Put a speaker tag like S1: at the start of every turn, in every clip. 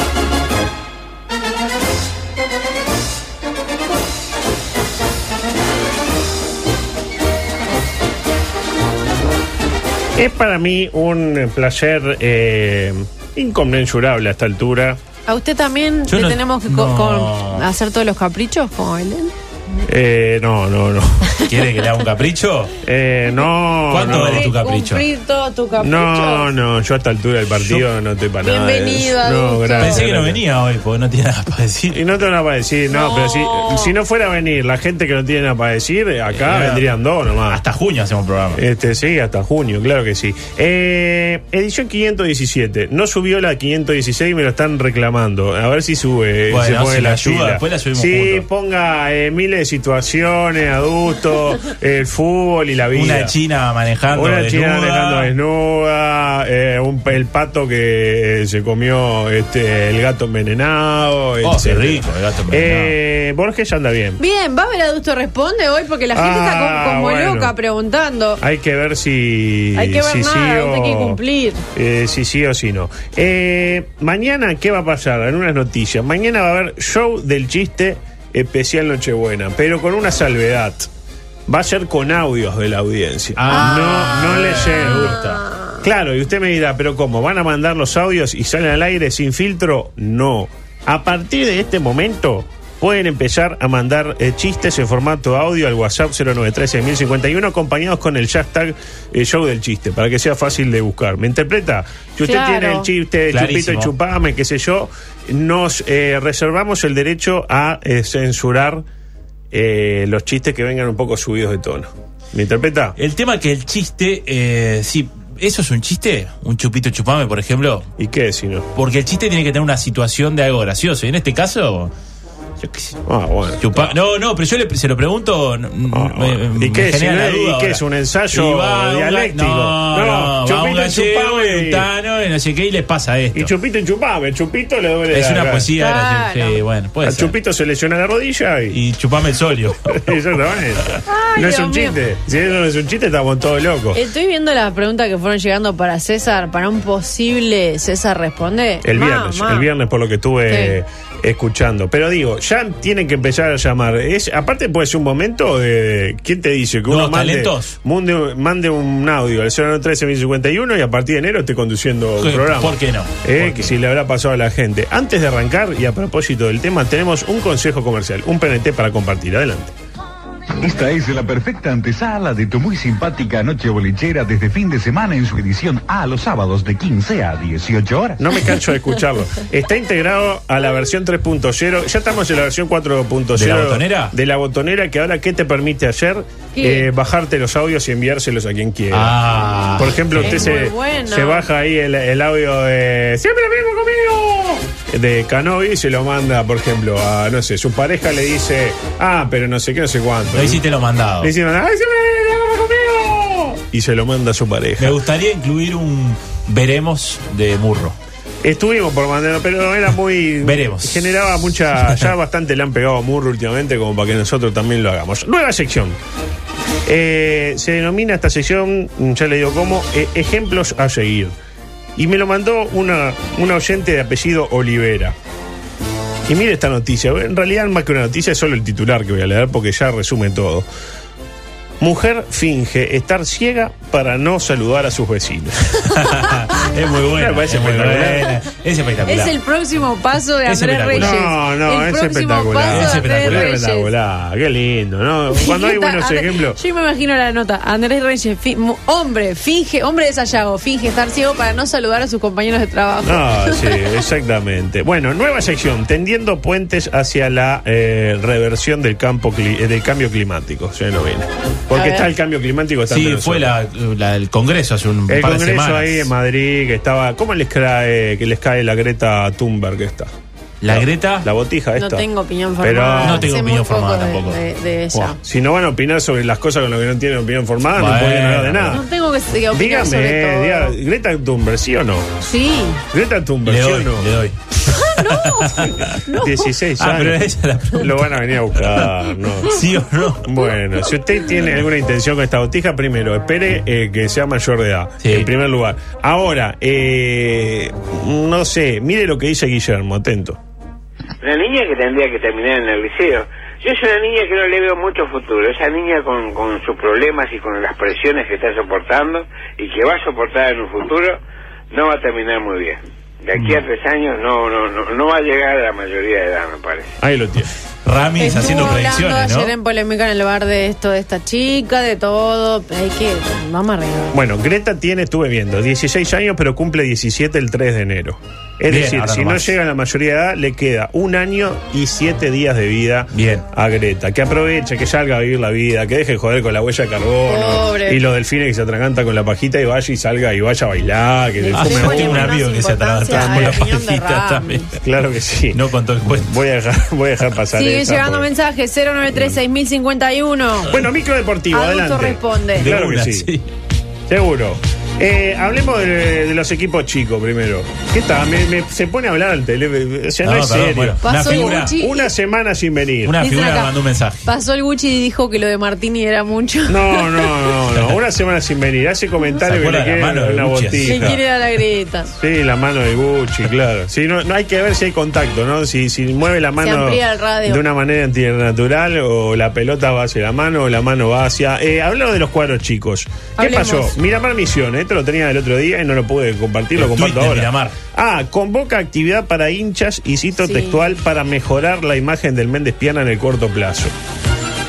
S1: Es para mí un placer eh, inconmensurable a esta altura.
S2: ¿A usted también
S3: Yo
S2: le
S3: no-
S2: tenemos que co-
S3: no.
S2: con- hacer todos los caprichos como Belén?
S1: Eh, no, no, no.
S3: ¿Quiere que le haga un capricho?
S1: Eh, no,
S3: ¿Cuánto
S1: no.
S3: vale tu capricho?
S2: Cumplir todo tu capricho.
S1: No, no, yo a esta altura del partido no estoy para nada. de eso.
S2: Bienvenido,
S1: no,
S2: adulto.
S1: gracias.
S3: Pensé que no
S1: gracias.
S3: venía hoy porque no tiene nada para
S1: Y
S3: decir.
S1: no tengo nada para decir, no,
S2: No.
S1: pero si, si no fuera a venir la gente que no tiene nada para decir, acá
S3: Eh,
S1: vendrían dos nomás.
S3: Hasta junio hacemos programa.
S1: Este, sí, hasta junio, claro que sí. Eh, edición 517. No subió la 516 y me lo están reclamando. A ver si sube. eh,
S3: Bueno,
S1: se pone
S3: si
S1: la
S3: la ayuda,
S1: pila.
S3: después la subimos
S1: Sí,
S3: juntos.
S1: ponga eh, miles de situaciones, adultos, el fútbol y la vida.
S3: Una china manejando
S1: Una china
S3: desnuda.
S1: dejando desnuda, eh, un, el pato que eh, se comió este, el gato envenenado.
S3: Oh, qué
S1: etcétera.
S3: rico el gato envenenado.
S1: Eh, Borges ya anda bien.
S2: Bien, va a ver Adusto Responde hoy porque la gente está
S1: Ah,
S2: co- como
S1: bueno.
S2: loca preguntando.
S1: Hay que ver si.
S2: Hay que ver
S1: si
S2: nada,
S1: sí
S2: usted
S1: o-
S2: hay que cumplir.
S1: eh, si sí o si no. Eh, mañana, ¿qué va a pasar? En unas noticias. Mañana va a haber show del chiste especial Nochebuena, pero con una salvedad. Va a ser con audios de la audiencia.
S3: Ah.
S1: no, no leyendo.
S3: Me gusta.
S1: Claro, y usted me dirá, pero ¿cómo? ¿Van a mandar los audios y salen al aire sin filtro? No. A partir de este momento pueden empezar a mandar eh, chistes en formato audio al WhatsApp 093-6051 acompañados con el hashtag eh, show del chiste para que sea fácil de buscar. ¿Me interpreta? Si usted
S2: Claro.
S1: tiene el chiste de chupito
S3: Clarísimo.
S1: y chupame, qué sé yo, nos eh, reservamos el derecho a eh, censurar eh, los chistes que vengan un poco subidos de tono. ¿Me interpreta?
S3: El tema que el chiste, eh, sí, eso es un chiste, un chupito chupame, por ejemplo,
S1: ¿Y qué si no?
S3: porque el chiste tiene que tener una situación de algo gracioso. Y en este caso, yo qué sé,
S1: Ah, bueno.
S3: chupa- no, no, pero yo le- se lo pregunto. n- n-
S1: Ah,
S3: me-
S1: ¿Y
S3: me
S1: qué es? ¿Y
S3: genera la
S1: no-
S3: duda
S1: y qué
S3: ahora.
S1: es? ¿Un ensayo
S3: Y va un ga-
S1: dialéctico?
S3: No,
S1: No,
S3: no, va un
S1: chupito y
S3: gallego
S1: chupame.
S3: y un tano y no sé qué, y les pasa esto.
S1: Y Chupito y Chupame, Chupito le duele.
S3: es
S1: la-
S3: una
S1: la-
S3: poesía.
S2: Claro.
S3: graciosa. Sí, bueno, puede
S1: A
S3: ser.
S1: Chupito se lesiona la rodilla y.
S3: Y chupame el solio.
S1: Exactamente. no es
S2: Dios
S1: un
S2: mío.
S1: chiste. Si eso no es un chiste, estamos todos locos.
S2: Estoy viendo las preguntas que fueron llegando para César, para un posible César Responde.
S1: El
S2: Ma,
S1: viernes,
S2: ma.
S1: el viernes por lo que estuve escuchando. Pero digo, ya tienen que empezar a llamar. Es, aparte puede ser un momento de... ¿Quién te dice? Que
S3: No,
S1: uno mande,
S3: talentos.
S1: mande, mande un audio al 013.051 y a partir de enero esté conduciendo un
S3: Sí,
S1: programa.
S3: ¿por qué no?
S1: Eh,
S3: ¿Por qué
S1: que si le habrá pasado a la gente. Antes de arrancar y a propósito del tema, tenemos un consejo comercial, un PNT para compartir. Adelante.
S4: Esta es la perfecta antesala de tu muy simpática noche bolichera desde fin de semana en su edición A los sábados de 15 a 18 horas.
S1: No me canso de escucharlo. Está integrado a la versión 3.0. Ya estamos en la versión 4.0.
S3: ¿De la botonera?
S1: De la botonera que ahora, ¿qué te permite hacer?
S2: ¿Qué?
S1: Eh, bajarte los audios y enviárselos a quien quiera.
S3: Ah.
S1: Eh, Por ejemplo,
S2: Es
S1: usted se,
S2: muy bueno.
S1: se baja ahí el, el audio de Siempre lo mismo conmigo de Canovi y se lo manda, por ejemplo, a no sé, su pareja le dice, ah, pero no sé qué, no sé cuánto.
S3: No hiciste lo mandado.
S1: Le dicen, "Ay, siempre lo mismo conmigo. Y se lo manda a su pareja.
S3: Me gustaría incluir un veremos de Murro.
S1: Estuvimos por mandarlo, pero era muy.
S3: Veremos.
S1: Generaba mucha. Ya bastante le han pegado a Murro últimamente, como para que nosotros también lo hagamos. Nueva sección. Eh, se denomina esta sección, ya le digo cómo, eh, ejemplos a seguir. Y me lo mandó una, una oyente de apellido Olivera. Y mire esta noticia. En realidad, más que una noticia, es solo el titular que voy a leer porque ya resume todo. Mujer finge estar ciega para no saludar a sus vecinos. Ah,
S3: es muy buena.
S1: Me parece
S3: es, muy
S1: espectacular.
S3: buena. es espectacular.
S2: Es el próximo paso de
S3: Es
S2: Andrés Reyes.
S3: espectacular.
S1: No, no,
S2: el
S1: es
S2: próximo
S1: espectacular.
S2: Paso
S3: Es
S2: de Andrés
S3: espectacular,
S1: Es
S2: Reyes.
S1: espectacular, qué lindo, ¿no? Cuando hay
S2: Está-
S1: buenos
S2: Andrés-
S1: ejemplos.
S2: Yo me imagino la nota. Andrés Reyes, fi- mu- hombre, finge, hombre de Sayago, finge estar ciego para no saludar a sus compañeros de trabajo.
S1: Ah, sí, exactamente. Bueno, nueva sección, tendiendo puentes hacia la eh, reversión del campo cli- eh, del cambio climático. Se no viene.
S2: A
S1: Porque
S2: ver.
S1: está el cambio climático. Está
S3: Sí,
S1: entre
S3: fue
S1: nosotros.
S3: la, la- el Congreso hace un
S1: El
S3: par de
S1: congreso
S3: semanas.
S1: ahí en Madrid que estaba. ¿Cómo les cae que les cae la Greta Thunberg que está?
S3: La Greta.
S1: La botija esta.
S2: no tengo opinión
S1: Pero-
S2: formada.
S3: No tengo
S2: Sé
S3: opinión
S2: muy poco
S3: formada
S2: de-
S3: tampoco.
S2: De, de ella.
S1: Buah, Si no van a opinar sobre las cosas con las que no tienen opinión formada, no
S3: Bueno,
S1: pueden hablar de
S3: bueno.
S1: nada.
S2: No tengo que ustedes eh, opinan
S1: Dígame,
S2: sobre todo.
S1: diga- Greta Thunberg, ¿sí o no?
S2: Sí.
S1: Greta Thunberg,
S3: Le
S1: ¿sí
S3: doy,
S1: o no?
S3: le doy.
S2: no. no.
S1: 16
S3: Ah,
S1: años.
S3: pero esa es la pregunta.
S1: Lo van a venir a buscar, ¿no?
S3: ¿Sí o no?
S1: Bueno, si usted tiene alguna intención con esta botija, primero, espere eh, que sea mayor de edad,
S3: Sí.
S1: en primer lugar. Ahora, eh, no sé, mire lo que dice Guillermo, atento.
S5: Una niña que tendría que terminar en el liceo. Yo soy una niña que no le veo mucho futuro. Esa niña con, con sus problemas y con las presiones que está soportando y que va a soportar en un futuro, no va a terminar muy bien. De aquí
S6: Mm.
S5: a tres años no, no, no, no va a llegar a la mayoría de edad, me parece.
S1: Ahí lo tiene.
S3: Ramis
S2: Estuvo
S3: haciendo
S2: hablando
S3: predicciones, ¿no?
S2: ayer en polémica en el bar de esto, de esta chica, de todo. Hay que. Vamos arriba.
S1: Bueno, Greta tiene, estuve viendo, 16 años, pero cumple 17 el 3 de enero. Es
S3: Bien,
S1: decir,
S3: ahora
S1: si
S3: nomás.
S1: no llega a la mayoría de edad, le queda un año y siete días de vida
S3: Bien.
S1: a Greta. Que aproveche, que salga a vivir la vida, que deje de joder con la huella de carbono
S2: Pobre.
S1: y los delfines que se atraganta con la pajita y vaya y salga y vaya a bailar. Que le
S3: Ah,
S2: Le
S3: me
S1: fume
S2: pone
S3: un
S2: menos
S3: avión que se
S2: importancia
S3: atraganta
S2: a la
S3: con la
S2: opinión de
S3: pajita
S2: Ramos.
S3: también.
S1: un- Claro que sí.
S3: No contó el cuento.
S1: Voy a dejar, voy a dejar pasar
S2: Sigue
S1: esta,
S2: llegando
S1: porque-
S2: mensajes 093-6051.
S1: Bueno, micro deportivo,
S2: Adulto
S1: adelante.
S2: responde.
S3: De
S1: Claro que
S3: una,
S1: sí. Seguro. Eh, hablemos de, de los equipos chicos primero. ¿Qué tal? Me- me- se pone a hablar al teléfono. O sea, no,
S3: No,
S1: es
S3: perdón,
S1: serio.
S3: bueno. Una
S2: Pasó
S3: figura,
S2: Gucci.
S1: Una semana sin venir.
S3: una
S2: Dicen
S3: figura
S2: acá,
S3: mandó un mensaje.
S2: Pasó el Gucci y dijo que lo de Martini era mucho.
S1: No, no, no, no. Una semana sin venir. Hace comentarios que
S3: Sacó
S1: le
S3: la- la
S1: quieren
S3: mano de
S1: una
S3: Gucci, así.
S2: Le
S3: Hija.
S1: botija.
S2: quiere dar la grieta. Se
S1: Sí, la mano de Gucci, claro. Sí, no, no hay que ver si hay contacto, ¿no? Si, si mueve la mano
S2: amplía el radio.
S1: de una manera antinatural o la pelota va hacia la mano o la mano va hacia... Eh, hablamos de los cuadros chicos. ¿Qué
S2: Hablemos.
S1: pasó? Miramar Misión, esto lo tenía el otro día y no lo pude compartir,
S3: El
S1: lo comparto
S3: tuit de
S1: ahora.
S3: Miramar.
S1: Ah, convoca actividad para hinchas y cito
S2: Sí.
S1: textual para mejorar la imagen del Méndez Piana en el corto plazo.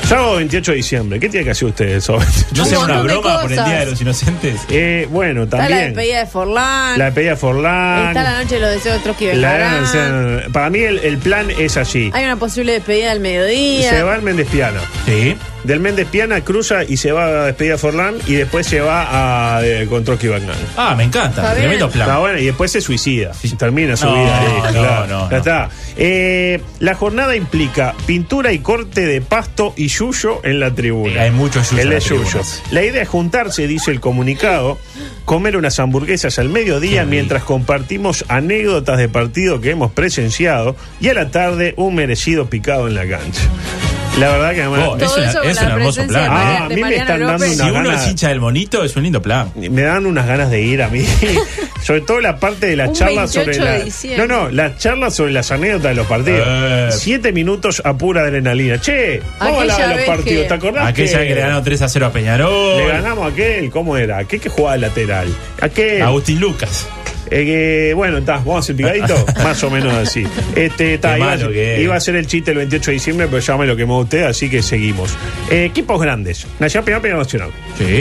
S1: Sábado 28 de diciembre, ¿qué tiene que hacer usted eso?
S3: No
S2: Un
S3: sea una
S2: montón de
S3: broma por el
S2: cosas.
S3: Día de los Inocentes.
S1: eh, bueno,
S2: Está la
S1: también...
S2: despedida de Forlán.
S1: La pedía Forlán.
S2: Está la noche de los deseos de Trotsky
S1: La
S2: Bejarán.
S1: gran anciana. Para mí el, el plan es así.
S2: Hay una posible despedida al mediodía.
S1: Se va al Méndez Piana.
S3: Sí.
S1: Del Méndez Piana cruza y se va a despedir a Forlán y después se va a eh, con Trotsky Bagnan.
S3: Ah, me encanta.
S2: Está bien.
S3: Tremendo
S1: Está
S3: plan.
S1: bueno, y después se suicida.
S3: Sí.
S1: Termina su
S3: No,
S1: vida. ahí,
S3: no,
S1: claro.
S3: no, no.
S1: Ya está. Eh, la jornada implica pintura y corte de pasto y yuyo en la tribuna.
S3: Eh, hay mucho yuyo en
S1: El de
S3: las
S1: yuyo.
S3: tribunas.
S1: La idea es juntarse, dice el comunicado, comer unas hamburguesas al mediodía
S3: Qué
S1: mientras compartimos anécdotas de partido que hemos presenciado y a la tarde un merecido picado en la cancha. La verdad que además-
S3: Oh,
S2: Todo
S3: es una-
S2: eso con
S3: es
S2: la
S3: un hermoso
S2: presencia
S3: plan,
S2: de Mar-
S3: ¿eh?
S1: Ah, a mí
S2: de
S1: me
S2: Mariano
S1: están dando
S2: López.
S3: Si
S1: una
S3: uno
S1: gana-
S3: es hincha del monito, es un lindo plan.
S1: me dan unas ganas de ir a mí. sobre todo la parte de la
S2: Un
S1: charla sobre
S2: 28 de
S1: la.
S2: diciembre.
S1: No, no, la charla sobre las anécdotas de los partidos.
S3: Eh.
S1: Siete minutos a pura adrenalina. Che, vamos a hablar
S2: Aquella
S1: de los
S2: vez
S1: partidos.
S2: que-
S1: ¿Te acordás?
S3: Aquella que le ganó 3 a 0 a Peñarol.
S1: Le ganamos a aquel, ¿cómo era? Aquel que jugaba de lateral. Aquel.
S3: Agustín Lucas.
S1: eh, que, bueno, está, vamos a hacer picadito. Más o menos así. Este, está,
S3: Qué
S1: iba, a
S3: malo
S1: ser-
S3: que es.
S1: iba a ser el chiste el 28 de diciembre, pero ya me lo quemó usted, así que seguimos. Eh, equipos grandes. Nacional Peñarol, Peñarol Nacional.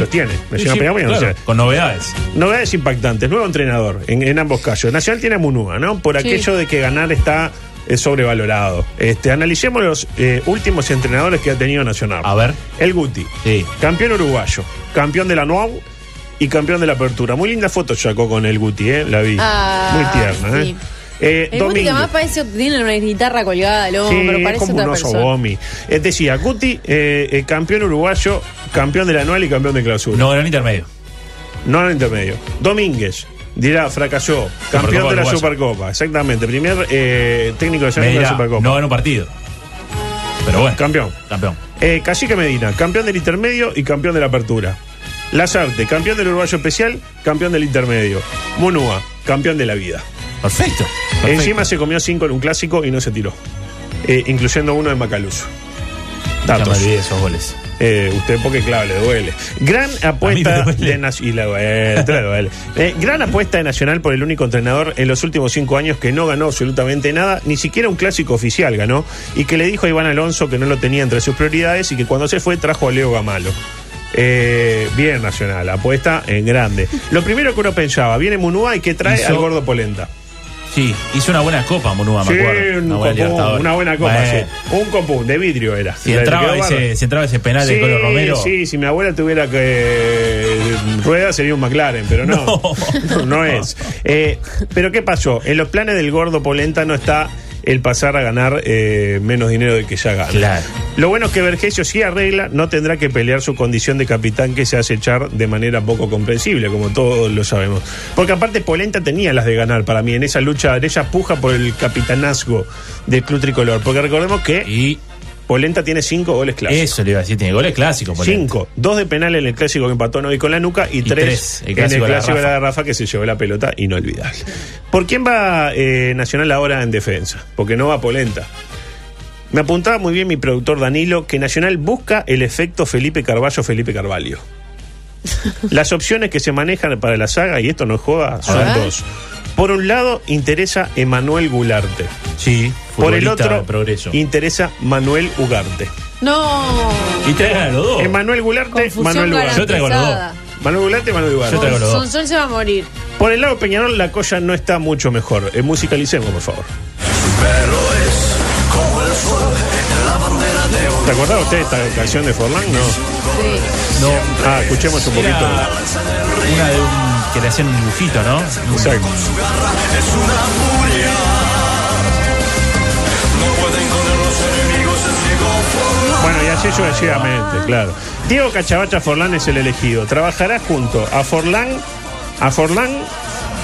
S1: Los tiene. Nacional
S3: Sí, sí,
S1: Peñarol, Peñarol
S3: claro,
S1: Nacional.
S3: Con novedades.
S1: Novedades impactantes, nuevo entrenador en, en ambos casos. Nacional tiene a Munúa, ¿no? Por
S2: Sí.
S1: aquello de que ganar está eh, sobrevalorado. Este, analicemos los eh, últimos entrenadores que ha tenido Nacional.
S3: A ver.
S1: El Guti,
S3: Sí.
S1: campeón uruguayo, campeón de la NOAU y campeón de la Apertura. Muy linda foto sacó con el Guti, ¿eh? La vi.
S2: Ah,
S1: Muy tierna,
S2: sí.
S1: ¿eh? Eh,
S2: El Guti que
S1: Domínguez.
S2: además parece tiene una guitarra colgada al
S1: Sí,
S2: hombro,
S1: es
S2: parece
S1: como
S2: otra
S1: un oso
S2: persona.
S1: gomi. Es decir, a Guti, eh, eh, campeón uruguayo, campeón de la anual y campeón de clausura.
S3: No, gran intermedio.
S1: No en el intermedio. Domínguez. Dirá, fracasó. Campeón de la
S3: uruguaya.
S1: Supercopa. Exactamente. Primer eh, técnico de
S3: Me
S1: de la
S3: dirá,
S1: Supercopa.
S3: no ganó un partido. Pero bueno.
S1: Campeón.
S3: Campeón.
S1: Eh, Cacique Medina, campeón del intermedio y campeón de la apertura. Lazarte, campeón del uruguayo especial, campeón del intermedio. Munua, campeón de la vida.
S3: Perfecto. perfecto.
S1: Encima se comió cinco en un clásico y no se tiró. Eh, incluyendo uno de Macaluso.
S3: Ya me
S1: Datos.
S3: olvidé de esos goles.
S1: Eh, usted porque claro, le duele. Gran apuesta
S3: A mí me duele.
S1: de Nacional. Y le duele, te le duele. Eh, gran apuesta de Nacional por el único entrenador en los últimos cinco años que no ganó absolutamente nada, ni siquiera un clásico oficial ganó, y que le dijo a Iván Alonso que no lo tenía entre sus prioridades y que cuando se fue trajo a Leo Gamalo. Eh, bien Nacional, apuesta en grande. Lo primero que uno pensaba, viene Munúa y que trae
S3: Hizo-
S1: al gordo Polenta.
S3: Sí, hizo una buena copa, Monúa,
S1: Sí,
S3: me acuerdo.
S1: un
S3: Libertadores.
S1: copón, una buena copa,
S3: Bueno,
S1: sí. Un copón, de vidrio era.
S3: Si
S1: Le- le
S3: entraba,
S1: quedó bárbaro.
S3: ese, si entraba ese penal de Colo Romero.
S1: Sí, si mi abuela tuviera que rueda sería un McLaren, pero no.
S3: No.
S1: No, no es. Eh, pero ¿qué pasó? En los planes del gordo Polenta no está el pasar a ganar eh, menos dinero del que ya gana.
S3: Claro.
S1: Lo bueno es que Vergesio sí arregla, no tendrá que pelear su condición de capitán que se hace echar de manera poco comprensible, como todos lo sabemos. Porque aparte Polenta tenía las de ganar para mí en esa lucha, en esa puja por el capitanazgo del club tricolor. Porque recordemos que
S3: Y
S1: Polenta tiene cinco goles clásicos.
S3: eso le iba a decir, tiene goles clásicos. Polenta.
S1: Cinco, dos de penal en el clásico que empató Novi con la nuca y, tres,
S3: tres, el
S1: en
S3: clásico
S1: el
S3: de la
S1: clásico de
S3: Rafa.
S1: la Rafa que se llevó la pelota inolvidable. ¿Por quién va eh, Nacional ahora en defensa? Porque no va Polenta. Me apuntaba muy bien mi productor Danilo que Nacional busca el efecto Felipe Carballo, Felipe Carvalho. Las opciones que se manejan para la saga, y esto no es joda, son
S2: ver.
S1: dos. Por un lado, interesa Emanuel Gularte.
S3: Sí,
S1: Por el
S3: futbolista
S1: otro,
S3: de progreso. Y,
S1: interesa Manuel Ugarte.
S2: No.
S3: traigan a los dos.
S1: Emanuel Gularte,
S2: Confusión
S1: Manuel Ugarte.
S3: Yo traigo los dos.
S2: garantizada.
S1: Manuel Gularte, Manuel Ugarte.
S3: Yo traigo los dos.
S2: Sonsón se va a morir.
S1: Por el lado de Peñarol la cosa no está mucho mejor. Eh, musicalicemos, por favor. ¿Te acordás usted de esta canción de Forlán? No.
S2: Sí.
S3: No,
S1: Ah, escuchemos un poquito.
S3: Era una de un, que le hacían un dibujito, ¿no?
S1: Exacto. Bueno, y así sucesivamente, claro. Diego Cachavacha Forlán es el elegido. Trabajará junto a Forlán, a Forlán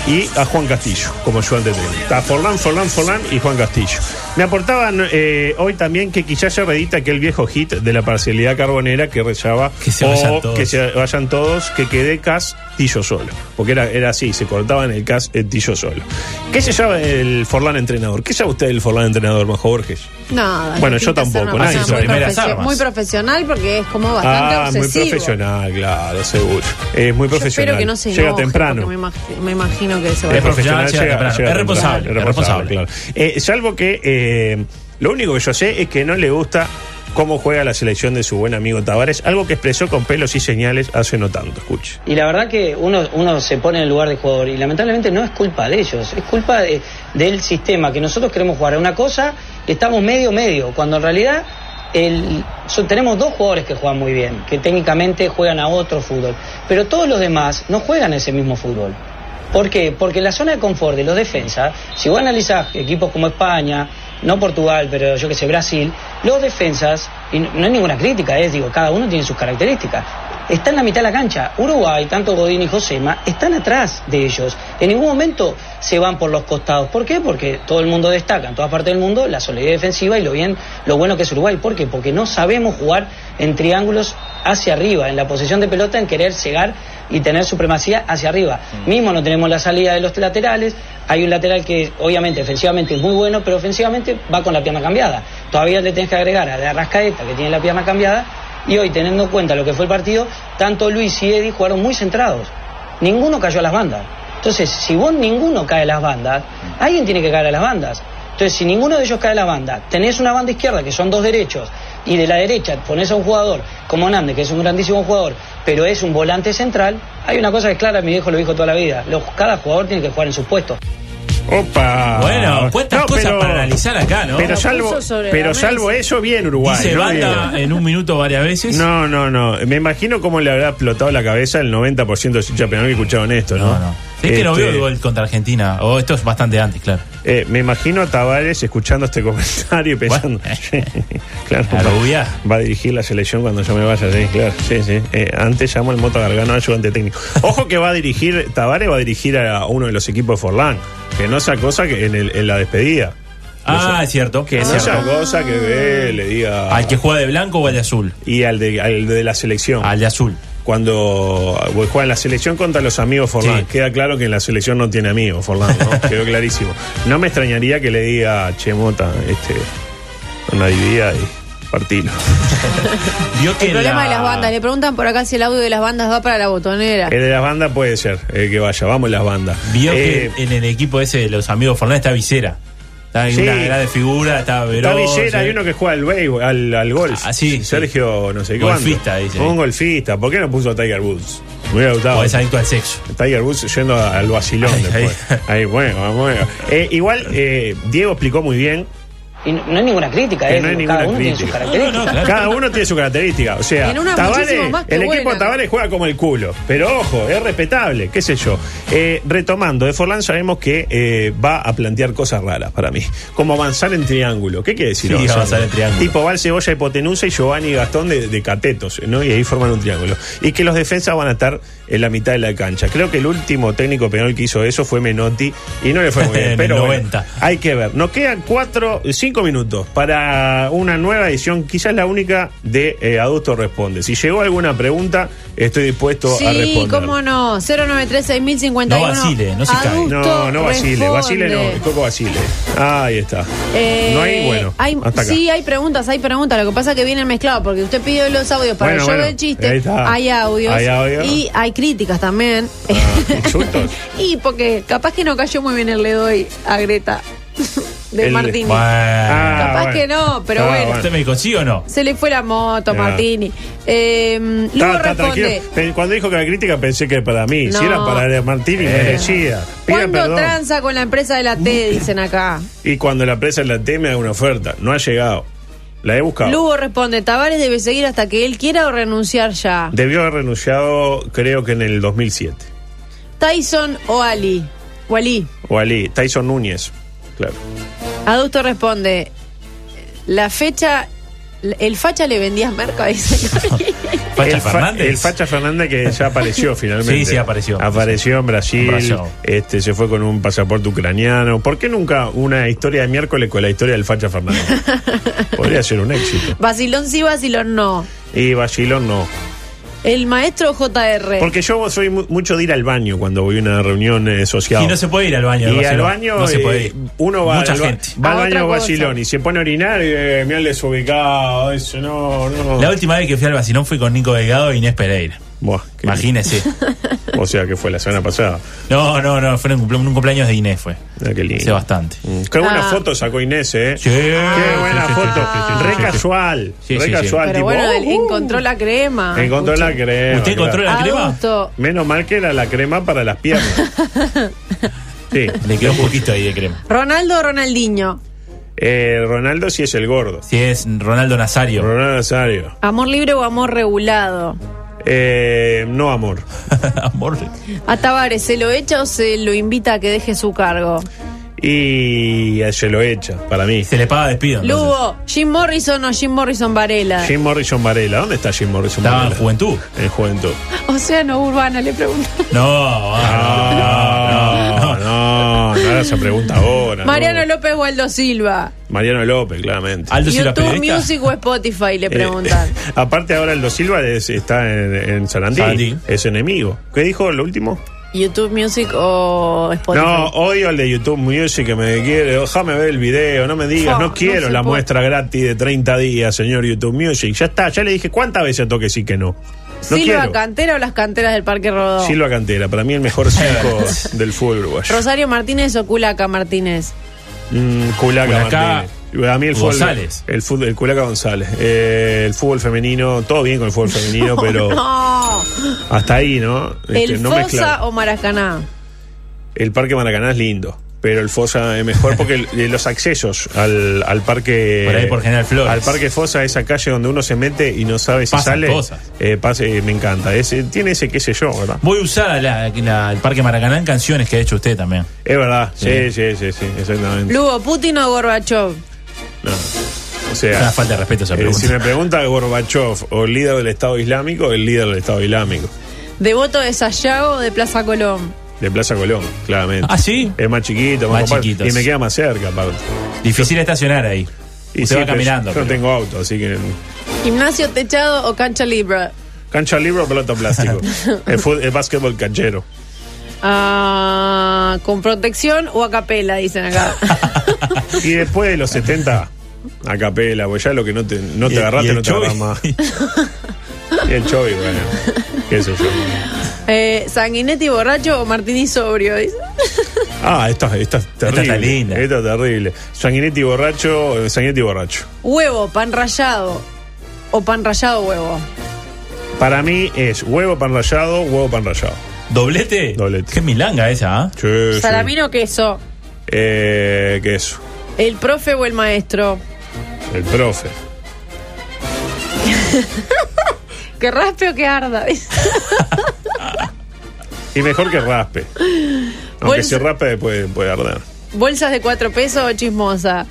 S1: y a Juan Castillo, como yo antes tenía. A Forlán, Forlán, Forlán y Juan Castillo. Me aportaban eh, hoy también que quizás se reedita aquel viejo hit de la parcialidad carbonera que rezaba
S3: Que se
S1: "Oh,
S3: vayan todos".
S1: que se vayan todos, que quede Cas Tillo solo. Porque era, era así, se cortaban el Cas eh, Tillo solo. ¿Qué se sabe el Forlán entrenador? ¿Qué sabe usted del Forlán entrenador, Majo Borges?
S2: Nada.
S1: Bueno, yo
S2: pinta ser
S1: tampoco,
S2: una
S1: nadie
S2: persona
S3: hizo primeras
S2: profe-
S3: armas.
S2: Muy profesional porque es como bastante
S1: ah,
S2: obsesivo.
S1: muy profesional, claro, seguro. Es muy
S2: Yo
S1: profesional.
S2: espero que no se
S1: Llega
S2: enoje,
S1: temprano.
S2: porque Me, imag- me imagino que se va
S1: Es
S3: Es
S2: a...
S1: profesional,
S3: profesional, llega temprano. Es responsable,
S1: temprano,
S3: es responsable.
S1: claro. Eh, salvo que eh, lo único que yo sé es que no le gusta cómo juega la selección de su buen amigo Tavares, algo que expresó con pelos y señales hace no tanto. Escuche.
S6: Y la verdad que uno, uno se pone en el lugar de jugador y lamentablemente no es culpa de ellos, es culpa de- del sistema, que nosotros queremos jugar a una cosa y estamos medio medio, cuando en realidad el- so- tenemos dos jugadores que juegan muy bien, que técnicamente juegan a otro fútbol, pero todos los demás no juegan ese mismo fútbol. ¿Por qué? Porque la zona de confort de los defensas, si vos analizás equipos como España, no Portugal, pero yo que sé, Brasil, los defensas, y no no hay ninguna crítica, es, digo, cada uno tiene sus características, está en la mitad de la cancha. Uruguay, tanto Godín y Josema, están atrás de ellos. En ningún momento se van por los costados. ¿Por qué? Porque todo el mundo destaca, en todas partes del mundo, la solidez defensiva y lo bien, lo bueno que es Uruguay. ¿Por qué? Porque no sabemos jugar en triángulos hacia arriba, en la posesión de pelota, en querer cegar y tener supremacía hacia arriba.
S1: Mm.
S6: Mismo no tenemos la salida de los laterales, hay un lateral que obviamente defensivamente es muy bueno, pero ofensivamente va con la pierna cambiada. Todavía le tenés que agregar a la Rascaeta que tiene la pierna cambiada y hoy teniendo en cuenta lo que fue el partido, tanto Luis y Eddie jugaron muy centrados. Ninguno cayó a las
S1: Mm.
S6: bandas. Entonces, si vos ninguno cae a las bandas, alguien tiene que caer a las bandas. Entonces, si ninguno de ellos cae a la banda, tenés una banda izquierda que son dos derechos, y de la derecha pones a un jugador como Nández, que es un grandísimo jugador, pero es un volante central, hay una cosa que es clara, mi viejo lo dijo toda la vida, los- cada jugador tiene que jugar en su puesto.
S1: Opa.
S3: Bueno, puestas cosas para analizar acá, ¿no?
S1: Pero
S2: Lo
S1: salvo,
S2: puso sobre
S1: pero
S2: la
S1: salvo
S2: mesa.
S1: eso, bien Uruguay.
S3: Dice
S1: ¿no?
S3: banda
S1: Bien.
S3: en un minuto varias veces.
S1: No, no, no. Me imagino cómo le habrá explotado la cabeza el 90% de hincha penal que escucharon esto, ¿no?
S3: no. no. Es que no
S1: Este,
S3: veo el gol contra Argentina. O esto es bastante antes, claro.
S1: eh, me imagino a Tavares escuchando este comentario y pensando.
S3: Bueno.
S1: sí, claro,
S3: La rubia.
S1: va, va a dirigir la selección cuando yo me vaya, sí, claro. Sí, sí. Eh, antes llamó el Moto Gargano ayudante técnico. Ojo que va a dirigir, Tavares va a dirigir a uno de los equipos de Forlán. Que no sea cosa que en, el- en la despedida.
S3: Ah, es cierto.
S1: Que
S3: es
S1: no sea
S3: cierto.
S1: cosa que ve, le diga.
S3: Al que juega de blanco o al de azul.
S1: y al de, al de la selección.
S3: Al de azul.
S1: cuando pues, juega en la selección contra los amigos Forlán.
S3: Sí.
S1: Queda claro que en la selección no tiene amigos Forlán, ¿no? Quedó clarísimo. No me extrañaría que le diga Che Mota, este, una dividida y partilo.
S3: Vio que
S2: El problema
S3: la-
S2: de las bandas. Le preguntan por acá si el audio de las bandas va para la botonera.
S1: El de las bandas puede ser, el que vaya, vamos las bandas.
S3: Vio
S1: Eh,
S3: que en el equipo ese de los amigos Fernández está Visera. Está ahí
S1: Sí.
S3: una gran figura, está eh.
S1: Está
S3: Verón.
S1: Villera, hay uno que juega al béisbol, al, al golf.
S3: Ah, sí, sí.
S1: Sergio, no sé
S3: Golfista,
S1: cuánto.
S3: dice. Pues
S1: Un golfista. ¿Por qué no puso a Tiger Woods? Me hubiera gustado.
S3: Podés adicto al sexo.
S1: Tiger Woods yendo a- al vacilón
S3: Ay,
S1: después. Ahí, bueno, bueno. Eh, igual, eh, Diego explicó muy bien.
S6: Y no, no hay ninguna crítica,
S1: Que
S6: eh,
S1: no hay
S6: digo, cada
S1: ninguna
S6: uno tiene sus
S1: crítica.
S6: características.
S3: No, no, no, claro.
S1: Cada uno tiene su característica. O sea,
S2: En una
S1: Tabárez-
S2: muchísimo más que
S1: el
S2: buena.
S1: equipo Tavares juega como el culo. Pero ojo, es respetable, qué sé yo. Eh, retomando, de Forlán sabemos que eh, va a plantear cosas raras para mí. Como avanzar en triángulo. ¿Qué quiere decir?
S3: Sí, avanzar en triángulo.
S1: Tipo Val, Cebolla, Hipotenusa y Giovanni Gastón de, de catetos, ¿no? Y ahí forman un triángulo. Y que los defensas van a estar en la mitad de la cancha. Creo que el último técnico penal que hizo eso fue Menotti y no le fue muy bien.
S3: En
S1: pero
S3: el
S1: bueno,
S3: 90.
S1: hay que ver. Nos quedan cuatro, cinco minutos para una nueva edición, quizás la única de eh, Adulto Responde. Si llegó alguna pregunta, estoy dispuesto a
S2: Sí,
S1: responder.
S2: cómo no. 093 6051.
S3: No vacile, no se caiga.
S1: No, no Basile, Basile no, el Coco Basile. Ahí está.
S2: Eh,
S1: no hay, bueno,
S2: hay-
S1: hasta acá.
S2: Sí, hay preguntas, hay preguntas. Lo que pasa es que vienen mezclados porque usted pidió los audios para
S1: Bueno,
S2: el show
S1: bueno,
S2: del chiste.
S1: ahí está.
S2: Hay audios.
S1: Hay Ah, audio.
S2: Y hay críticas también.
S1: insultos.
S2: y porque capaz que no cayó muy bien el le doy a Greta de
S1: El-
S2: Martini.
S3: Bueno.
S2: capaz
S1: bueno.
S2: que no, pero
S1: Ah,
S2: bueno.
S3: ¿Usted me dijo sí o no?
S2: Se le fue la moto,
S1: Ya.
S2: Martini. Eh, Lugo
S1: Ta- ta-
S2: responde.
S1: tranquilo. Pe- Cuando dijo que la crítica pensé que para mí,
S2: No.
S1: si era para Martini, merecida. Pida
S2: ¿Cuándo
S1: perdón.
S2: tranza con la empresa de la T? Dicen acá.
S1: Y cuando la presa la teme, haga una oferta. No ha llegado. La he buscado.
S2: Lugo responde, Tavares debe seguir hasta que él quiera o renunciar ya.
S1: Debió haber renunciado, creo que en el 2007.
S2: Tyson o Ali. O Ali.
S1: O Ali, Tyson Núñez. Claro.
S2: Adusto responde, la fecha, el facha le vendías merca, dice.
S3: Facha
S1: el, fa-
S3: Fernández.
S1: el Facha Fernández que ya apareció finalmente.
S3: Sí, sí, apareció.
S1: Apareció en Brasil.
S3: En Brasil.
S1: Este, se fue con un pasaporte ucraniano. ¿Por qué nunca una historia de miércoles con la historia del Facha Fernández? Podría ser un éxito.
S2: Basilón sí, Basilón no.
S1: Y Basilón no.
S2: El maestro JR.
S1: Porque yo soy mu- mucho de ir al baño cuando voy a una reunión eh, social.
S3: Y no se puede ir al baño. de
S1: Y al
S3: Barcelona.
S1: baño
S3: no se
S1: eh,
S3: puede ir.
S1: uno va,
S3: Mucha
S1: al, ba-
S3: gente.
S1: va
S2: A
S1: al
S2: otra
S1: baño
S2: cosa.
S1: vacilón y se pone a orinar y eh, mirá el desubicado, eso no, no.
S3: La última vez que fui al vacilón fui con Nico Delgado e Inés Pereira.
S1: Buah, qué-
S3: Imagínese.
S1: O sea que fue la semana pasada.
S3: No, no, no, fue un, cumple- un cumpleaños de Inés fue.
S1: Ah, qué lindo.
S3: Hace bastante.
S1: Mm, Qué buena
S2: Ah.
S1: foto sacó Inés, eh.
S3: Sí.
S1: Qué buena
S3: Sí, sí,
S1: foto.
S3: sí, sí, sí,
S1: re
S3: sí, sí.
S1: casual.
S3: Sí,
S1: re
S3: sí, sí.
S1: casual,
S2: Pero
S1: tipo,
S2: bueno,
S1: "Oh,
S2: él encontró la crema.
S1: encontró la crema.
S3: ¿Usted encontró
S1: claro.
S3: la crema?
S2: Adusto.
S1: Menos mal que era la crema para las piernas. Sí.
S3: Le quedó un poquito ahí de crema.
S2: Ronaldo o Ronaldinho.
S1: Eh, Ronaldo sí es el gordo.
S3: Si es Ronaldo Nazario.
S1: Ronaldo Nazario.
S2: Amor libre o amor regulado.
S1: Eh, no amor.
S3: Amor.
S2: A Tavares, ¿se lo echa o se lo invita a que deje su cargo?
S1: Y se lo echa, para mí.
S3: Se le paga despido. entonces.
S2: Lugo, Jim Morrison o Jim Morrison Varela.
S1: Jim Morrison Varela. ¿Dónde está Jim Morrison
S3: Estaba en
S1: Varela?
S3: juventud.
S1: En Juventud.
S2: Océano Urbana, le pregunto.
S3: No, ah, no,
S1: no,
S3: no,
S1: no, no hagas esa pregunta ahora.
S2: Mariano
S1: no.
S2: López o Aldo Silva.
S1: Mariano López, claramente.
S3: Aldo si la
S2: YouTube
S3: periodista.
S2: Music o Spotify, le preguntan.
S1: Eh, aparte ahora Aldo Silva es- está en, en San Andí,
S3: Sarandí.
S1: es enemigo. ¿Qué dijo lo último?
S2: YouTube Music o Spotify.
S1: No, odio al de YouTube Music que me quiere, déjame ver el video, no me digas,
S2: No,
S1: no, quiero
S2: no se
S1: la
S2: puede.
S1: muestra gratis de 30 días, señor YouTube Music. Ya está, ya le dije cuántas veces toque sí que no. No
S2: Silva
S1: quiero.
S2: Cantera o las canteras del Parque Rodó.
S1: Silva Cantera, para mí el mejor cinco del fútbol uruguayo.
S2: Rosario Martínez o Culaca Martínez.
S1: Mm, Culaca,
S3: Culacá,
S1: Martínez. A mí el fútbol,
S3: González.
S1: El, fútbol, el Culaca González. Eh, el fútbol femenino, todo bien con el fútbol femenino, pero
S2: No.
S1: hasta ahí, ¿no? Oh. Este,
S2: el
S1: no
S2: Fosa
S1: mezclar.
S2: o Maracaná.
S1: El Parque Maracaná es lindo, pero el Fosa es mejor porque el- eh, los accesos al, al parque.
S3: Por ahí por General Flores.
S1: Al Parque Fosa, esa calle donde uno se mete y no sabe si
S3: Pasan
S1: sale.
S3: cosas.
S1: eh, pase- me encanta. Es- eh, tiene ese qué sé yo, ¿verdad?
S3: Voy a usar la- la- el Parque Maracaná en canciones que ha hecho usted también.
S1: Es verdad. Sí, sí, sí, sí, exactamente.
S2: Lugo, Putin o Gorbachev.
S1: No. O
S3: Es una
S1: sea.
S3: falta de respeto esa
S1: eh,
S3: pregunta.
S1: si me pregunta Gorbachev o el líder del Estado Islámico, el líder del Estado Islámico.
S2: Devoto de Sayago o de Plaza Colón.
S1: De Plaza Colón, claramente.
S3: Ah, ¿sí?
S1: Es más chiquito, más,
S3: Más
S1: compacto,
S3: chiquito,
S1: Y me
S3: sí.
S1: queda más cerca, aparte.
S3: Difícil estacionar ahí.
S1: Y
S3: usted
S1: sí,
S3: va
S1: pero
S3: caminando.
S1: Yo no
S3: pero-
S1: tengo auto, así que.
S2: Gimnasio techado o cancha libre.
S1: Cancha libre o pelota plástico. el, fut- el básquetbol canchero.
S2: Ah, con protección o a capela, dicen acá.
S1: Y después de los 70, a capela, pues ya lo que no te, no te
S3: Y- y
S1: agarraste,
S3: el
S1: no te
S3: Chobi.
S1: agarras más. Y el Chobi, bueno. Qué sé yo.
S2: eh, Sanguinetti borracho o Martini sobrio. dice.
S1: Ah, esta, esta es terrible.
S3: está linda.
S1: Esta es terrible. Sanguinetti borracho, eh, Sanguinetti borracho.
S2: Huevo, pan rallado o pan rallado huevo.
S1: Para mí es huevo pan rallado, huevo pan rallado.
S3: ¿Doblete?
S1: Doblete.
S3: Qué milanga esa, ¿ah?
S1: Sí, sí.
S2: Salamino queso.
S1: Eh, queso.
S2: ¿El profe o el maestro?
S1: El profe.
S2: Que raspe o que arda. dice.
S1: Y mejor que raspe. Aunque
S2: Bolsa-
S1: si raspe después puede arder.
S2: ¿Bolsas de cuatro pesos o chismosa?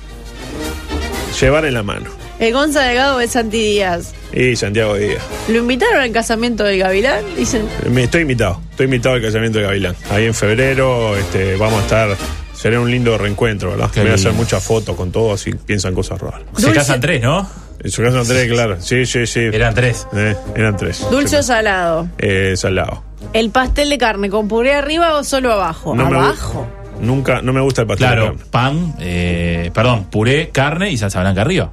S1: Llevar en la mano.
S2: ¿El Gonza Delgado o el Santi Díaz?
S1: Y Santiago Díaz.
S2: ¿Lo invitaron al casamiento del Gavilán? Dicen,
S1: Me estoy invitado, estoy invitado al casamiento de Gavilán. Ahí en febrero este, vamos a estar, será un lindo reencuentro, ¿verdad?
S3: Qué
S1: Voy a
S3: lindo.
S1: hacer muchas fotos con todos y piensan cosas raras.
S3: Se
S2: Dulce.
S3: casan tres, ¿no?
S1: En su casa tres, claro. Sí, sí, sí.
S3: Eran tres.
S1: Eh, eran tres.
S2: dulce o salado.
S1: Eh, salado.
S2: ¿El pastel de carne con puré arriba o solo abajo?
S1: No me gu-
S2: abajo.
S1: Nunca, no me gusta el pastel de
S3: Claro,
S1: carne.
S3: pan, eh, perdón, puré, carne y salsa blanca arriba.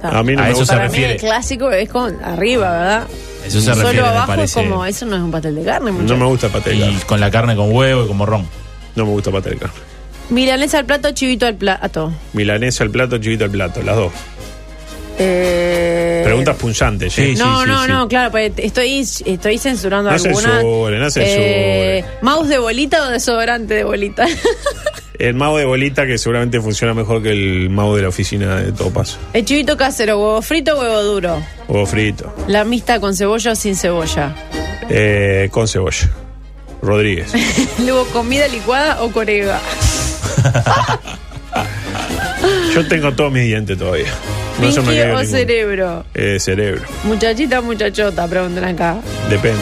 S2: Está.
S1: A mí no
S3: A
S1: me
S3: eso
S1: gusta.
S3: se
S2: Para
S1: el-
S2: mí el
S3: refiere.
S2: clásico es con arriba, ¿verdad?
S3: Eso se refiere,
S2: solo
S3: me
S2: abajo es
S3: parece.
S2: como, eso no es un pastel de carne.
S1: No
S2: muchacho.
S1: me gusta el pastel de
S3: Y
S1: carne.
S3: con la carne con huevo y con morrón.
S1: No me gusta el pastel de carne.
S2: Milanesa al plato, chivito al plato.
S1: Milanesa al plato, chivito al plato, las dos.
S2: Eh,
S1: Preguntas punzantes, ¿eh?
S3: Sí, sí.
S2: No, no, no, claro, pues, estoy, estoy censurando
S1: No
S2: alguna.
S1: censuren, no
S2: Eh,
S1: censuren.
S2: ¿Mouse de bolita o desodorante de bolita?
S1: El mago de bolita que seguramente funciona mejor que el mago de la oficina de Topas.
S2: El chivito casero, huevo frito o huevo duro.
S1: Huevo frito.
S2: La mixta con cebolla o sin cebolla.
S1: Eh, con cebolla. Rodríguez.
S2: Luego comida licuada o corega.
S1: Yo tengo todos mis dientes todavía. No se me
S2: Pinky
S1: cayó
S2: o
S1: ninguno.
S2: cerebro.
S1: Eh, cerebro.
S2: Muchachita o muchachota, preguntan acá.
S1: Depende.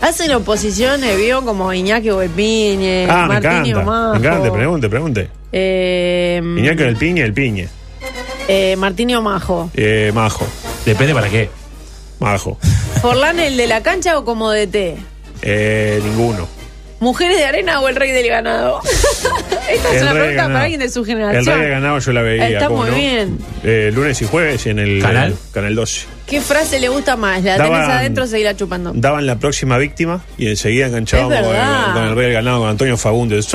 S2: Hacen oposiciones, vio como Iñaki Huepiñe,
S1: ah, me
S2: Eh, Martín
S1: encanta.
S2: Omajo.
S1: Me encanta, pregunte, pregunte.
S2: Eh,
S1: Iñaki con el piñe, el piñe.
S2: eh, Martín Omajo.
S1: Eh, majo.
S3: Depende para qué.
S1: Majo.
S2: ¿Forlán el de la cancha o como DT?
S1: Eh, ninguno.
S2: ¿Mujeres de arena o el rey del ganado? Esta es
S1: El
S2: una
S1: rey
S2: pregunta
S1: ganado.
S2: para alguien de su
S1: El
S2: generación.
S1: rey de ganado yo la veía.
S2: Está
S1: ¿cómo
S2: muy
S1: no?
S2: bien.
S1: Eh, lunes y jueves en el
S3: ¿Canal?
S1: el canal 12.
S2: ¿Qué frase le gusta más? La
S1: Daban-
S2: tenés adentro, seguirá chupando.
S1: Daban la próxima víctima y enseguida enganchábamos
S2: Es
S1: con
S2: verdad.
S1: el, con el rey del ganado, con Antonio Fagundes.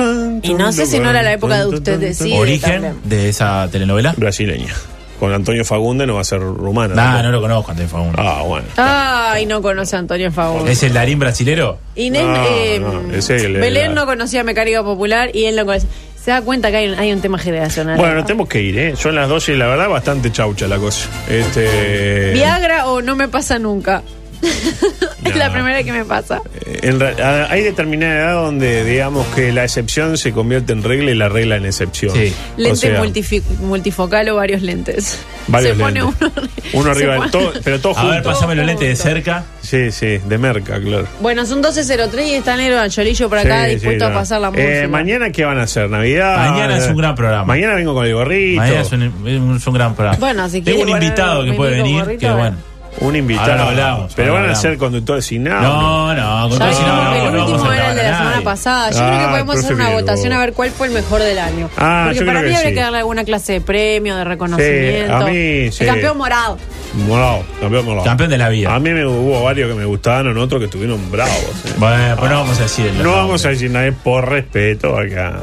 S2: Y no sé si no era la época de ustedes, sí.
S3: Origen
S2: también.
S3: de esa telenovela.
S1: Brasileña. Con Antonio Fagundes no va a ser rumana.
S3: Nah,
S1: ¿no?
S3: no lo conozco, Antonio Fagundes.
S1: Ah, bueno.
S2: Ay, no conoce a Antonio Favor.
S3: ¿Es el Darín brasilero?
S2: Inés,
S1: No,
S2: eh,
S1: no, es él,
S2: Belén
S1: la-
S2: no conocía a Mecánico Popular y él no conocía. Se da cuenta que hay, un- hay un tema generacional.
S1: Bueno,
S2: acá.
S1: nos tenemos que ir, ¿eh? Son las 12 y la verdad bastante chaucha la cosa. Este,
S2: Viagra o no me pasa nunca. es
S1: No.
S2: la primera que me pasa.
S1: en ra- a- hay determinada edad donde digamos que la excepción se convierte en regla y la regla en excepción.
S3: Sí.
S1: O
S2: Lente
S1: sea,
S2: multifi- multifocal o varios lentes.
S1: varios
S2: se pone
S1: lentes.
S2: uno,
S1: Uno
S2: se
S1: arriba del
S2: pone-
S1: todo, pero todos
S3: A ver,
S1: juntos.
S3: pasame los lentes de cerca.
S1: Sí, sí, de merca, claro.
S2: Bueno, son 12.03 y está Nero Anchorillo por acá
S1: Sí, sí,
S2: dispuesto a
S1: no.
S2: pasar la música.
S1: Eh, mañana qué van a hacer, Navidad.
S3: Mañana es un gran programa.
S1: Mañana vengo con el gorrito.
S3: Mañana es un, es un gran programa.
S2: Bueno, si
S3: Tengo
S2: quiere
S3: un
S2: guardar-
S3: invitado que
S2: venir
S3: puede
S2: con
S3: venir.
S2: gorrito,
S3: Que
S2: a ver.
S3: bueno.
S1: Un invitado.
S3: Ahora lo hablamos,
S1: pero
S3: ahora
S1: van
S3: lo
S1: a ser
S3: hablamos.
S1: conductores sin nada.
S3: No, no,
S2: Ya
S3: con todo
S1: Sí,
S3: eso
S2: dijimos
S1: no,
S2: que
S1: no,
S2: el
S1: no
S2: último
S1: vamos a
S2: era el de la
S3: entablar a
S2: semana
S3: nadie.
S2: pasada. Yo
S1: Ah,
S2: creo que podemos
S1: el
S2: hacer una
S1: profe Virgo.
S2: votación a ver cuál fue el mejor del año.
S1: Ah,
S2: Porque
S1: yo
S2: para
S1: creo
S2: mí
S1: que
S2: habría
S1: sí.
S2: que darle alguna clase de premio, de reconocimiento.
S1: a mí, sí.
S2: El campeón morado.
S1: Morado, campeón morado.
S3: Campeón de la vida.
S1: A mí me hubo varios que me gustaban, en otros que estuvieron bravos. eh.
S3: Bueno, pues no vamos a decir el
S1: No vamos a decir
S3: decir.
S1: nadie por respeto a, que- a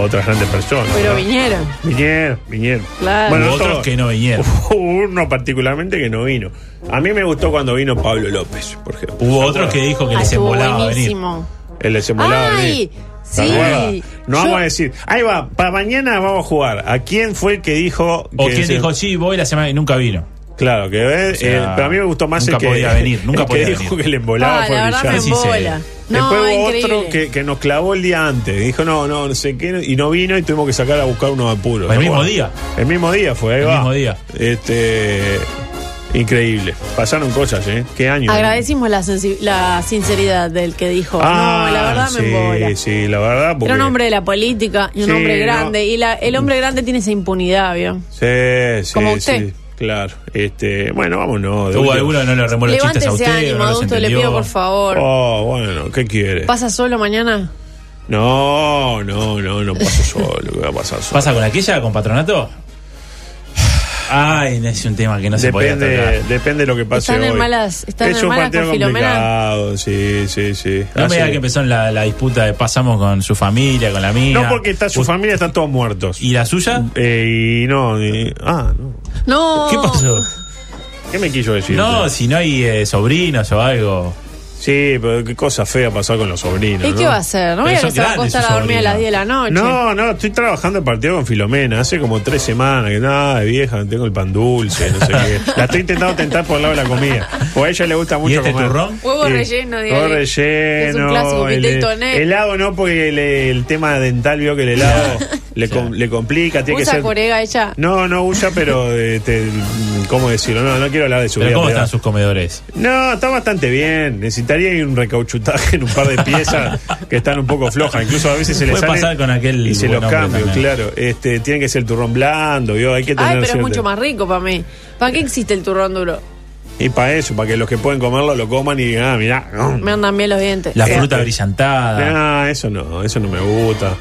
S1: otras grandes personas.
S2: Pero
S1: ¿no?
S2: vinieron.
S1: Vinieron, vinieron.
S2: Claro.
S3: Hubo
S1: otro-
S3: otros que no vinieron.
S1: Hubo uno particularmente que no vino. A mí me gustó cuando vino Pablo López, por ejemplo.
S3: Hubo
S1: ¿Se
S3: otros
S1: acuerdan?
S3: que dijo que
S2: Ah,
S3: les
S2: estuvo
S3: embolaba venir.
S2: buenísimo.
S1: El desembolado.
S2: Ay,
S1: ¿Se
S2: sí.
S1: acuerdan? No
S2: Yo-
S1: vamos a decir. Ahí va, para mañana vamos a jugar. ¿A quién fue el que dijo
S3: O
S1: que
S3: quien
S1: se-
S3: dijo, sí, voy la semana y nunca vino.
S1: Claro, que eh,
S3: sea,
S1: pero a mí me gustó más
S3: nunca
S1: el que
S3: podía venir, nunca
S1: el que
S3: podía
S1: dijo
S3: venir.
S1: que le embolaba
S2: Ah,
S1: fue
S2: la verdad me
S1: brillante.
S3: Sí, sí.
S2: embola. No,
S1: Después hubo
S2: increíble.
S1: otro que, que nos clavó el día antes. Dijo, no, no, no sé qué. Y no vino y tuvimos que sacar a buscar unos apuros.
S3: El
S1: ¿Se
S3: mismo
S1: acuerdan?
S3: día.
S1: El mismo día fue, ahí
S3: El
S1: va.
S3: mismo día.
S1: Este. Increíble. Pasaron cosas, ¿eh? Qué año.
S2: Agradecimos la, sensi- la sinceridad del que dijo.
S1: Ah,
S2: no, la verdad
S1: sí,
S2: me embola.
S1: Sí, la verdad. Porque,
S2: Era un hombre de la política y un
S1: Sí,
S2: hombre
S1: no.
S2: grande. Y la- el hombre grande tiene esa impunidad, ¿vio?
S1: Sí, sí,
S2: Como
S1: sí,
S2: usted.
S1: Claro. Este, bueno, vámonos. de
S3: Hubo
S1: última.
S3: alguno que no le remó los chistes a
S2: Levántese
S3: usted, o
S2: ánimo,
S3: no los
S2: adulto, le
S3: entendió.
S2: pido por favor.
S1: Oh, bueno, ¿qué quiere?
S2: ¿Pasa solo mañana?
S1: No, no, no, no paso solo. que voy a pasar solo?
S3: ¿Pasa con aquella, con patronato? Ay, es un tema que no se podía
S1: Ah. Depende,
S3: tocar.
S1: depende de lo que pase
S2: Están en
S1: hoy.
S2: malas- están
S1: es
S2: en
S1: un
S2: malas
S1: partido
S2: con Filomena.
S1: complicado, sí, sí, sí.
S3: No
S1: Ah,
S3: me
S1: sí.
S3: diga que empezó en la, la disputa de pasamos con su familia, con la mía.
S1: No, porque está, su
S3: Ust-
S1: familia están todos muertos.
S3: ¿Y la suya?
S1: Eh, y no, y- ah, no.
S2: No.
S3: ¿Qué pasó?
S1: ¿Qué me quiso decir?
S3: No,
S1: usted?
S3: si no hay eh, sobrinos o algo.
S1: Sí, pero qué cosa fea pasar con los sobrinos.
S2: ¿Y
S1: ¿no?
S2: qué va a hacer? No voy a que
S3: Pero son
S2: se va a
S3: grandes
S2: acostar
S3: sus
S2: a dormir a las
S3: sobrinos.
S2: 10 de la noche.
S1: No, no, estoy trabajando el partido con Filomena. Hace como tres semanas que nada, vieja, tengo el pan dulce, no sé qué. La estoy intentando tentar por el lado de la comida. O a ella le gusta mucho
S3: ¿Y este
S1: comer.
S3: turrón?
S2: Huevo
S1: Sí.
S2: relleno, dígale.
S1: Huevo relleno.
S2: Es un clásico,
S1: el-
S2: piteito net.
S1: helado no, porque le- el tema dental vio que el helado le, com- le complica. Tiene que
S2: Usa e-.
S1: ser.
S2: corega ella.
S1: No, no huya, pero eh, te- ¿cómo decirlo? No, no quiero hablar de su
S3: Pero
S1: vida
S3: ¿cómo
S1: privada.
S3: están sus comedores?
S1: No, está bastante bien. Necesitaría un recauchutaje en un par de piezas que están un poco flojas. Incluso a veces se les
S3: Puede
S1: salen
S3: pasar con aquel
S1: y se
S3: buen
S1: los
S3: hombre
S1: cambio,
S3: también.
S1: claro. Este, tiene que ser el turrón blando, ¿vio? Hay que tener
S2: Ay, pero es
S1: suerte.
S2: mucho más rico para mí. ¿Para qué existe el turrón duro?
S1: Y para eso, para que los que pueden comerlo lo coman y ah, mirá.
S2: Me andan bien los dientes.
S3: La
S1: Eh,
S3: fruta
S1: eh.
S3: brillantada.
S1: Nah, eso no, eso no me gusta.